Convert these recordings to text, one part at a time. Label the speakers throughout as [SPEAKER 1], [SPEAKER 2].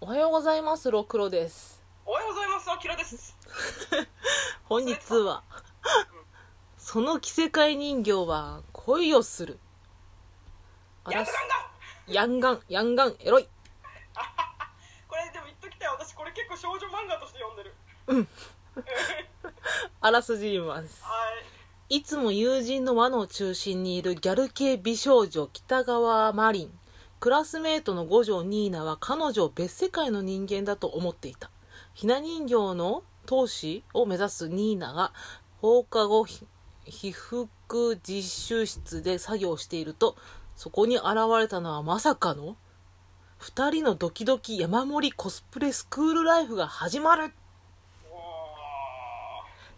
[SPEAKER 1] おはようございますろくろです
[SPEAKER 2] おはようございます、アキラです。
[SPEAKER 1] 本日はその着せ替え人形は恋をするあ
[SPEAKER 2] や
[SPEAKER 1] ら
[SPEAKER 2] った
[SPEAKER 1] す
[SPEAKER 2] んだ
[SPEAKER 1] ヤンガンヤンガンエロい
[SPEAKER 2] これでも言っときたい、私これ結構少女漫画として読んでる。
[SPEAKER 1] あらすじ言います
[SPEAKER 2] はい。
[SPEAKER 1] いつも友人の輪の中心にいるギャル系美少女北川マリンクラスメートの五条ニーナは彼女を別世界の人間だと思っていたひな人形の闘志を目指すニーナが放課後ひ被服実習室で作業しているとそこに現れたのはまさかの2人のドキドキ山盛りコスプレスクールライフが始まる
[SPEAKER 2] お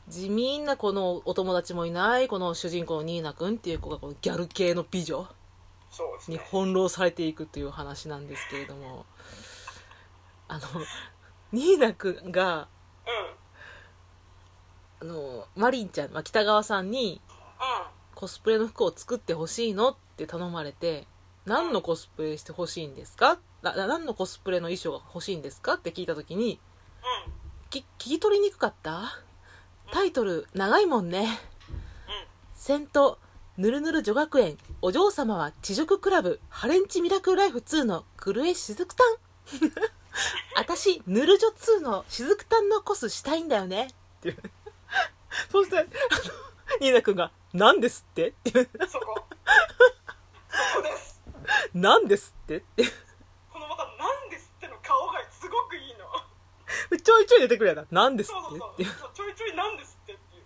[SPEAKER 2] ー
[SPEAKER 1] 地味なこのお友達もいないこの主人公のニーナ君っていう子がこのギャル系の美女
[SPEAKER 2] そうです
[SPEAKER 1] に
[SPEAKER 2] ね。
[SPEAKER 1] 翻弄されていくという話なんですけれどもあのニーナ君が
[SPEAKER 2] うん。うん。
[SPEAKER 1] あのマリンちゃん、まあ、北川さんにコスプレの服を作ってほしいのって頼まれて何のコスプレしてほしいんですかなな何のコスプレの衣装が欲しいんですかって聞いた時に
[SPEAKER 2] うん。
[SPEAKER 1] き聞き取りにくかったタイトル長いもんね
[SPEAKER 2] うん。
[SPEAKER 1] 先頭ぬるぬる女学園お嬢様は地塾クラブハレンチミラクルライフ2の狂えしずくたん 私ぬる女2のしずくたんのコスしたいんだよねっていう そうしてあのニーナ君が「何ですって?」っていう
[SPEAKER 2] そこ。そこです。
[SPEAKER 1] 「何ですって?」って
[SPEAKER 2] このまた何ですっての顔がすごくいいの。
[SPEAKER 1] ちょいちょい出てくるやな「何です
[SPEAKER 2] そう
[SPEAKER 1] って?」っ
[SPEAKER 2] そう
[SPEAKER 1] ていう
[SPEAKER 2] そう。ちょいちょい何ですってっていう。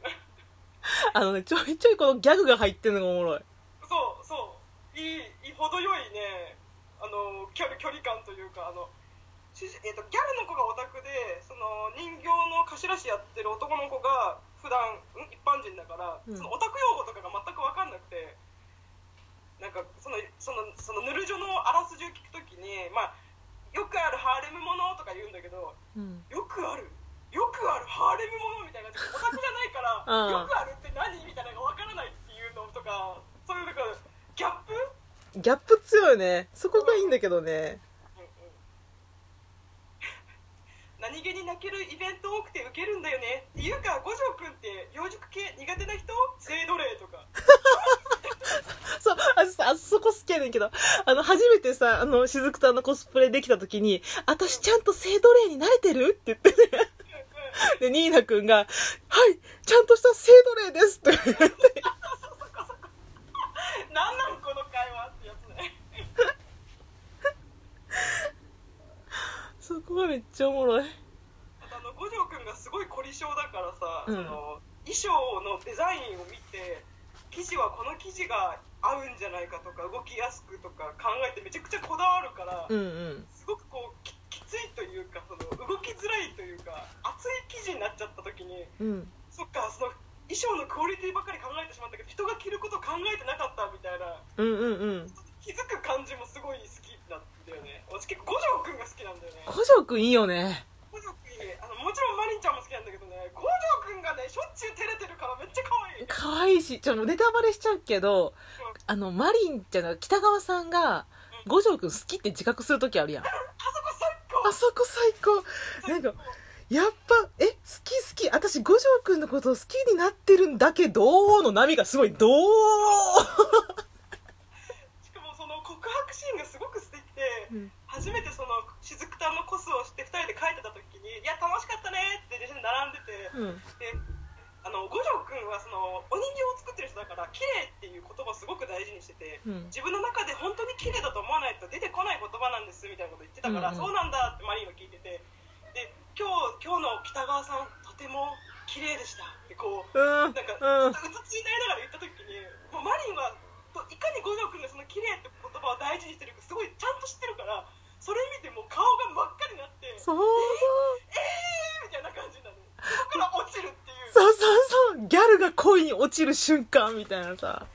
[SPEAKER 1] あのねちょいちょいこのギャグが入ってるのがおもろい
[SPEAKER 2] そうそう。いい、いい程よいね、あの、距離距離感というか、あの、主人えっと、ギャルの子がオタクでその人形の頭師やってる男の子が普段ん一般人だから、
[SPEAKER 1] うん
[SPEAKER 2] そのオタク用語とかが全く分かんなくてなんかそのそのそのヌルジョのあらすじを聞くときに、まあ、よくあるハーレムものとか言うんだけど
[SPEAKER 1] うん
[SPEAKER 2] よくあるよくあるハーレムものみたいなオタクじゃないか
[SPEAKER 1] うん
[SPEAKER 2] らよくあるって何みたいなのが分からないっていうのとかそういうなんかギャップ、う
[SPEAKER 1] ギャップ強いよねそこがいいんだけどね
[SPEAKER 2] んうん、 何気に泣けるイベント多くてウケるんだよねっていうか五条くんって幼熟系苦手な人性奴隷とか
[SPEAKER 1] そう、あそあそこ好きやねんけど、あの、初めてさ、あの、しずくたんのコスプレできた時に、私ちゃんと性奴隷に慣れてるって言ってね。で、ニーナくんが、はい、ちゃんとした性奴隷ですって言って。
[SPEAKER 2] 何なんこの会話ってやつね
[SPEAKER 1] そこがめっちゃおもろい。
[SPEAKER 2] あとあの五条くんがすごい凝り性だからさ、
[SPEAKER 1] うん
[SPEAKER 2] その衣装のデザインを見て生地はこの生地が合うんじゃないかとか動きやすくとか考えてめちゃくちゃこだわるか
[SPEAKER 1] う
[SPEAKER 2] ら、
[SPEAKER 1] んうん。
[SPEAKER 2] すごくこうききついというかその動きづらいというか厚い生地になっちゃった時に
[SPEAKER 1] うん。
[SPEAKER 2] そっかその衣装のクオリティばっかり考えてしまったけど人が着ること考えてなかったみたいな
[SPEAKER 1] うんうんうん。
[SPEAKER 2] 気づく感じもすごい好きなんだよね私結構五条くんが好きなんだよね
[SPEAKER 1] 古城くんいいよね。
[SPEAKER 2] 五条くんいいあのもちろんマリンちゃんも好きなんだけどね五条くんがねしょっちゅう照れてるからめっちゃ可愛
[SPEAKER 1] 可愛
[SPEAKER 2] い
[SPEAKER 1] いし、ちょっとネタバレしちゃうけど、あの、マリンちゃんが、北川さんが、五条くん好きって自覚する時あるやん。
[SPEAKER 2] あそこ最高
[SPEAKER 1] あそこ最高。なんか、やっぱ、え、好き好き、私、五条くんのことを好きになってるんだけど、の波がすごい、どう
[SPEAKER 2] しかもその告白シーンがすごく素敵で、初めてその雫たんのコスをして2人で帰ってた時に「いや楽しかったね」って並んでて
[SPEAKER 1] うん。
[SPEAKER 2] であの五条くんはそのお人形を作ってる人だから綺麗っていう言葉をすごく大事にしてて
[SPEAKER 1] うん。
[SPEAKER 2] 自分の中で本当に綺麗だと思わないと出てこない言葉なんですみたいなこと言ってたから、
[SPEAKER 1] うんうん
[SPEAKER 2] そうなんだってマリーは聞いててで今日今日の北川さんとても綺麗でしたってこう
[SPEAKER 1] うん。う
[SPEAKER 2] なんか
[SPEAKER 1] ん。
[SPEAKER 2] うつついながら言った時にもうマリンはといかに五条君がその綺麗って言葉を大事にしてるかすごいちゃんと知ってるからそれ見てもう顔が真っ赤になってえ
[SPEAKER 1] そうそう。
[SPEAKER 2] ーみたいな感じになるそこから落ちるっていう
[SPEAKER 1] そうそうそう。ギャルが恋に落ちる瞬間みたいなさ。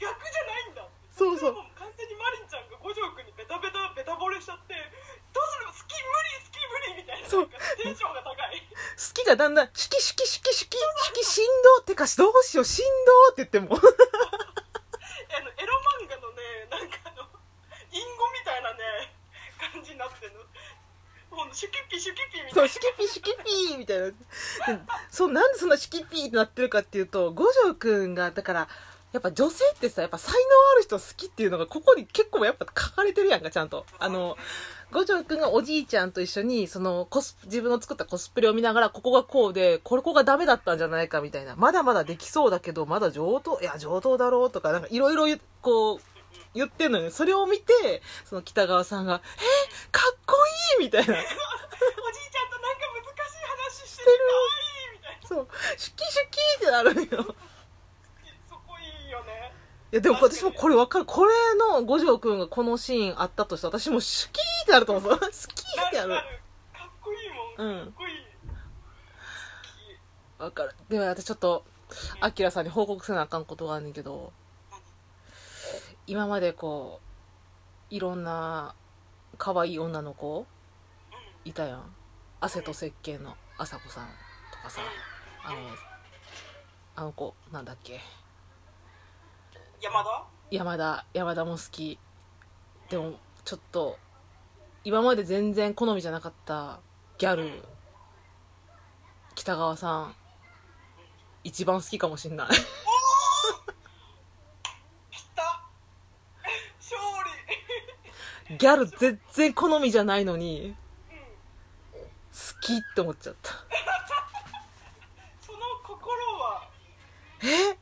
[SPEAKER 2] 逆じゃないんだって
[SPEAKER 1] そうそう
[SPEAKER 2] れはも完全にマリンちゃんが五条君にベタベタベタ惚れしちゃってどうする好き無理好き無理みたいな
[SPEAKER 1] そう
[SPEAKER 2] なんかテンションが高い
[SPEAKER 1] 好きがだんだん、シュキシュキシュキシュキ、シュキ振動ってか、どうしよう、振動って言っても。
[SPEAKER 2] あのエロ漫画のねなんかあの隠語みたいなね感じになってるのもうシュキッピシュキッピみた
[SPEAKER 1] そ、
[SPEAKER 2] いう
[SPEAKER 1] シキピシキピーみたいな。でそう、なんでそんなシキピーってなってるかっていうと、五条くんが、だから、やっぱ女性ってさ、やっぱ才能ある人好きっていうのが、ここに結構やっぱ書かれてるやんか、ちゃんと。
[SPEAKER 2] な
[SPEAKER 1] あの、五条くんがおじいちゃんと一緒に、その、コス、自分の作ったコスプレを見ながら、ここがこうで、これここがダメだったんじゃないかみたいな。まだまだできそうだけど、まだ上等、いや、上等だろうとか、なんかいろいろ言う、こう、言ってんのよね。それを見て、その北川さんが、えかっこいいみたいな。
[SPEAKER 2] おじいちゃんとなんか難しい話してるかわいいみたいな
[SPEAKER 1] そう、シュキシュキってなるよ。
[SPEAKER 2] そこいいよね
[SPEAKER 1] いや、でも私もこれわかる。これの五条くんがこのシーンあったとしたら、私もシュキーってなると思う。スキー
[SPEAKER 2] な
[SPEAKER 1] ってな
[SPEAKER 2] る
[SPEAKER 1] る。
[SPEAKER 2] なるかっこいいもん、
[SPEAKER 1] うん
[SPEAKER 2] かっこいいき
[SPEAKER 1] わかる。でも私ちょっと、アキラさんに報告せなあかんことがあんねんけど、今までこう、いろんな可愛い女の子
[SPEAKER 2] う
[SPEAKER 1] いたやん。汗と石鹸のあさこさんとかさ、あの、あの子、なんだっけ。
[SPEAKER 2] ん山田
[SPEAKER 1] 山田山田も好きでもちょっと今まで全然好みじゃなかったギャル北川さん一番好きかもしんない
[SPEAKER 2] 来た 勝利
[SPEAKER 1] ギャル全然好みじゃないのに
[SPEAKER 2] うん
[SPEAKER 1] 好きって思っちゃった
[SPEAKER 2] その心は
[SPEAKER 1] え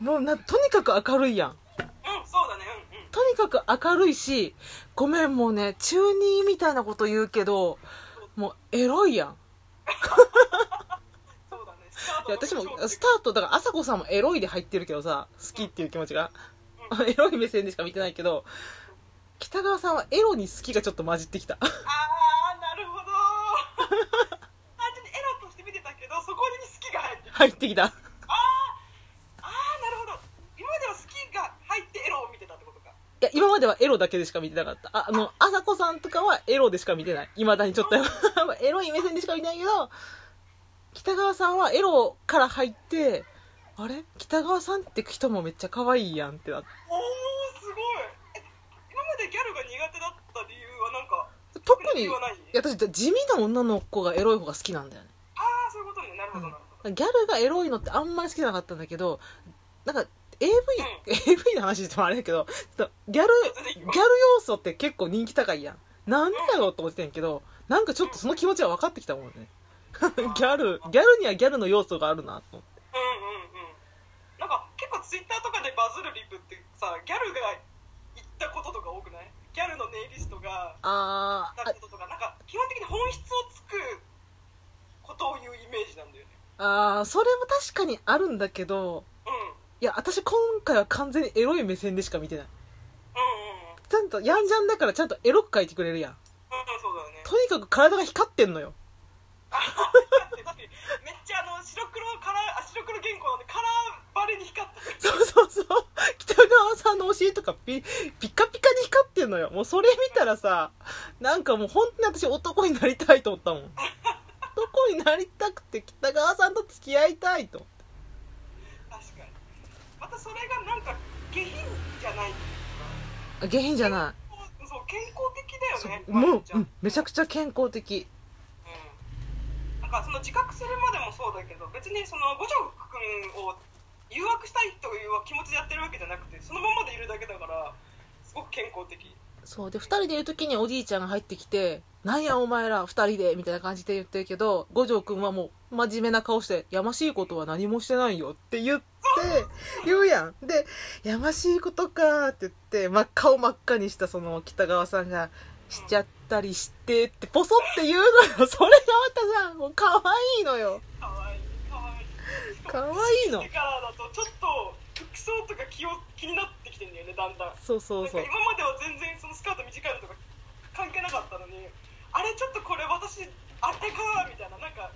[SPEAKER 1] もうなとにかく明るいやん
[SPEAKER 2] うんそうだねうんうん
[SPEAKER 1] とにかく明るいしごめんもうね中二みたいなこと言うけどもうエロいやん
[SPEAKER 2] そうだねスタ
[SPEAKER 1] いや
[SPEAKER 2] ートの
[SPEAKER 1] 私も
[SPEAKER 2] 勝利
[SPEAKER 1] スタートだから朝子さんもエロいで入ってるけどさ好きっていう気持ちがエロい目線でしか見てないけど北川さんはエロに好きがちょっと混じってきた
[SPEAKER 2] ああなるほど単純にエロとして見てたけどそこに好きが入ってる
[SPEAKER 1] 入ってきた
[SPEAKER 2] ああなるほど今までは好きが入ってエロを見てたってことか
[SPEAKER 1] いや今まではエロだけでしか見てなかったああの朝子さんとかはエロでしか見てないいまだにちょっと エロい目線でしか見てないけど北川さんはエロから入ってあれ北川さんって人もめっちゃ可愛いやんってなって
[SPEAKER 2] おおすごいえ今までギャルが苦手だった理由はなんか
[SPEAKER 1] 特
[SPEAKER 2] 特に
[SPEAKER 1] に
[SPEAKER 2] 理由はない
[SPEAKER 1] いや私地味な女の子がエロい方が好きなんだよね
[SPEAKER 2] ああそういうことねなるほどなるほど
[SPEAKER 1] ギャルがエロいのってあんまり好きじゃなかったんだけど、なんか AV、AV の話してもあれだけど、ちょっとギャル、ギャル要素って結構人気高いやん。なんでだろうと思ってたんやけど、なんかちょっとその気持ちは分かってきたもんね。ギャル、ギャルにはギャルの要素があるなと思って。
[SPEAKER 2] うんうんうんなんか結構ツイッターとかでバズるリプってさギャルが言ったこととか多くないギャルのネイリストが
[SPEAKER 1] あ
[SPEAKER 2] なこととかなんか基本的に本質をつくことを言うイメージなんだよね
[SPEAKER 1] あ、あーそれも確かにあるんだけど、
[SPEAKER 2] うん
[SPEAKER 1] いや、私今回は完全にエロい目線でしか見てない。
[SPEAKER 2] うんうんうん
[SPEAKER 1] ちゃんと、やんじゃんだからちゃんとエロく書いてくれるやん。
[SPEAKER 2] うんそうだよね
[SPEAKER 1] とにかく体が光ってんのよ。
[SPEAKER 2] だってだってめっちゃあの白黒カラーあ白黒原稿なんでカラーバレに光ってる
[SPEAKER 1] そうそうそう。北川さんのお尻とかピ、ピカピカに光ってんのよ。もうそれ見たらさ、なんかもう本当に私男になりたいと思ったもん。男になりたくて北川さんと付き合いたいと。
[SPEAKER 2] 確かにまたそれがなんか下品じゃない
[SPEAKER 1] あ下品じゃな
[SPEAKER 2] そう健康的
[SPEAKER 1] い。
[SPEAKER 2] だよね
[SPEAKER 1] そうも
[SPEAKER 2] ワ
[SPEAKER 1] う
[SPEAKER 2] ン、ちゃ
[SPEAKER 1] うんん、めちゃくちゃ健康的。
[SPEAKER 2] うんなんかその自覚するまでもそうだけど別にその五条くんを誘惑したいという気持ちでやってるわけじゃなくてそのままでいるだけだからすごく健康的
[SPEAKER 1] そう。で、二人でいる時におじいちゃんが入ってきて、なんやお前ら二人で、みたいな感じで言ってるけど、五条くんはもう真面目な顔して、やましいことは何もしてないよって言って、言うやん。で、やましいことかって言って、真っ赤を真っ赤にしたその北川さんが、しちゃったりしてってポソって言うのよ。それがまたさ、もう可愛いのよ。
[SPEAKER 2] かわいいかわいい
[SPEAKER 1] 可愛いの
[SPEAKER 2] だ。からだとちょっと服装とか気を気になってきてんだよねだんだん
[SPEAKER 1] そうそうそう
[SPEAKER 2] なんか。今までは全然そのスカート短いのとか関係なかったのにあれちょっとこれ私あれかみたいななんか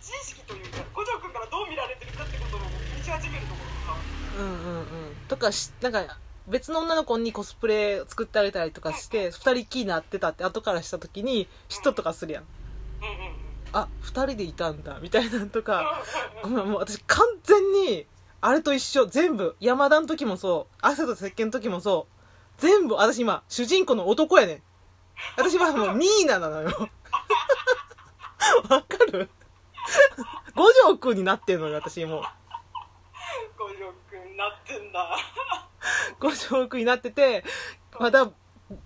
[SPEAKER 2] 自意識というか五条くんからどう見られてるかってことを気にし始めるとこ
[SPEAKER 1] う
[SPEAKER 2] ろとか
[SPEAKER 1] んうんうん。とかし、なんか、別の女の子にコスプレ作ってあげたりとかして、二人きりになってたって後からした時に、嫉妬とかするやん。
[SPEAKER 2] うんうんうん
[SPEAKER 1] あ、二人でいたんだ、みたいなんとか。ご
[SPEAKER 2] う
[SPEAKER 1] めん、もう私完全に、あれと一緒、全部、山田の時もそう、汗と石鹸の時もそう、全部、私今、主人公の男やねん。私はもうニーナなのよ。 わかる五条くんになってんのよ、私もう。
[SPEAKER 2] 五条くんなってんだ
[SPEAKER 1] 五条くんになってて、まだ、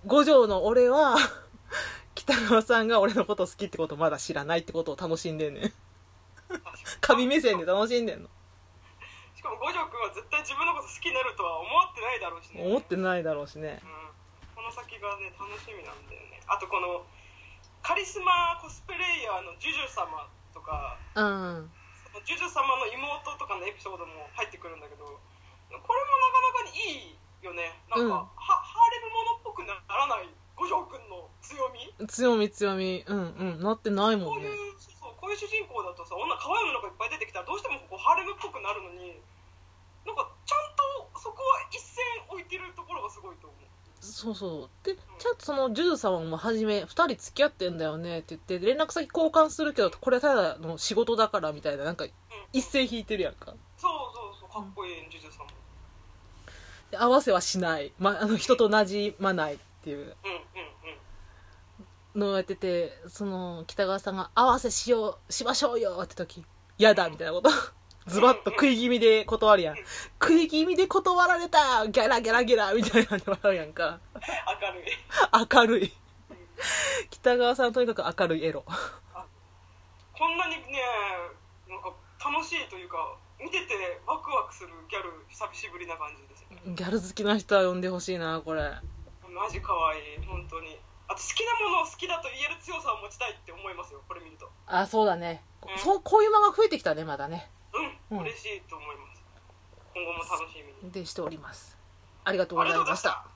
[SPEAKER 1] 五条の俺は、 北川さんが俺のこと好きってことをまだ知らないってことを楽しんでんね ん。神目線で楽しんでんの。
[SPEAKER 2] しかも五条くんは絶対自分のこと好きになるとは思ってないだろうしね
[SPEAKER 1] 思ってないだろうしね
[SPEAKER 2] う。んこの先がね楽しみなんだよねあとこのカリスマコスプレイヤーのジュジュ様とか
[SPEAKER 1] うん。
[SPEAKER 2] そのジュジュ様の妹とかのエピソードも入ってくるんだけどこれもなかなかにいいよねなんか、
[SPEAKER 1] うん
[SPEAKER 2] はハーレムものっぽくならない五条くんの強み
[SPEAKER 1] 強み強み。うんうん。なってないも
[SPEAKER 2] こうん
[SPEAKER 1] ね
[SPEAKER 2] い。うそうそうこういう主人公だとさ女可愛い女の子いっぱい出てきたらどうしてもここハーレムっぽくなるのになんかちゃんとそこは一線置いてるところがすごいと思う
[SPEAKER 1] そうそう。で、ちゃんとその、ジュズ様も初め、二人付き合ってんだよねって言って、連絡先交換するけど、これただの仕事だからみたいな、なんか、
[SPEAKER 2] うん
[SPEAKER 1] 一線引いてるやんか。
[SPEAKER 2] そうそうそうかっこいいジュジュ様
[SPEAKER 1] で合わせはしない。ま、あの、人と馴染まないっていう
[SPEAKER 2] うんうんうん
[SPEAKER 1] のをやってて、その、北川さんが、合わせしよう、しましょうよって時、嫌だみたいなこと。ズバッと食い気味で断るやん。食い気味で断られたギャラギャラギャラみたいなんで笑うやんか。
[SPEAKER 2] 明るい
[SPEAKER 1] 明るい。北川さんとにかく明るいエロ。
[SPEAKER 2] こんなにねなんか楽しいというか見ててワクワクするギャル久しぶりな感じですね
[SPEAKER 1] ギャル好きな人は呼んでほしいな、これ。
[SPEAKER 2] マジ可愛い本当にあと好きなものを好きだと言える強さを持ちたいって思いますよこれ見ると
[SPEAKER 1] あ、そうだね。こ
[SPEAKER 2] うん
[SPEAKER 1] そう、こういう間が増えてきたね、まだね。
[SPEAKER 2] うん、
[SPEAKER 1] うん
[SPEAKER 2] 嬉しいと思います今後も楽しみに
[SPEAKER 1] で、しております。ありがとうございました。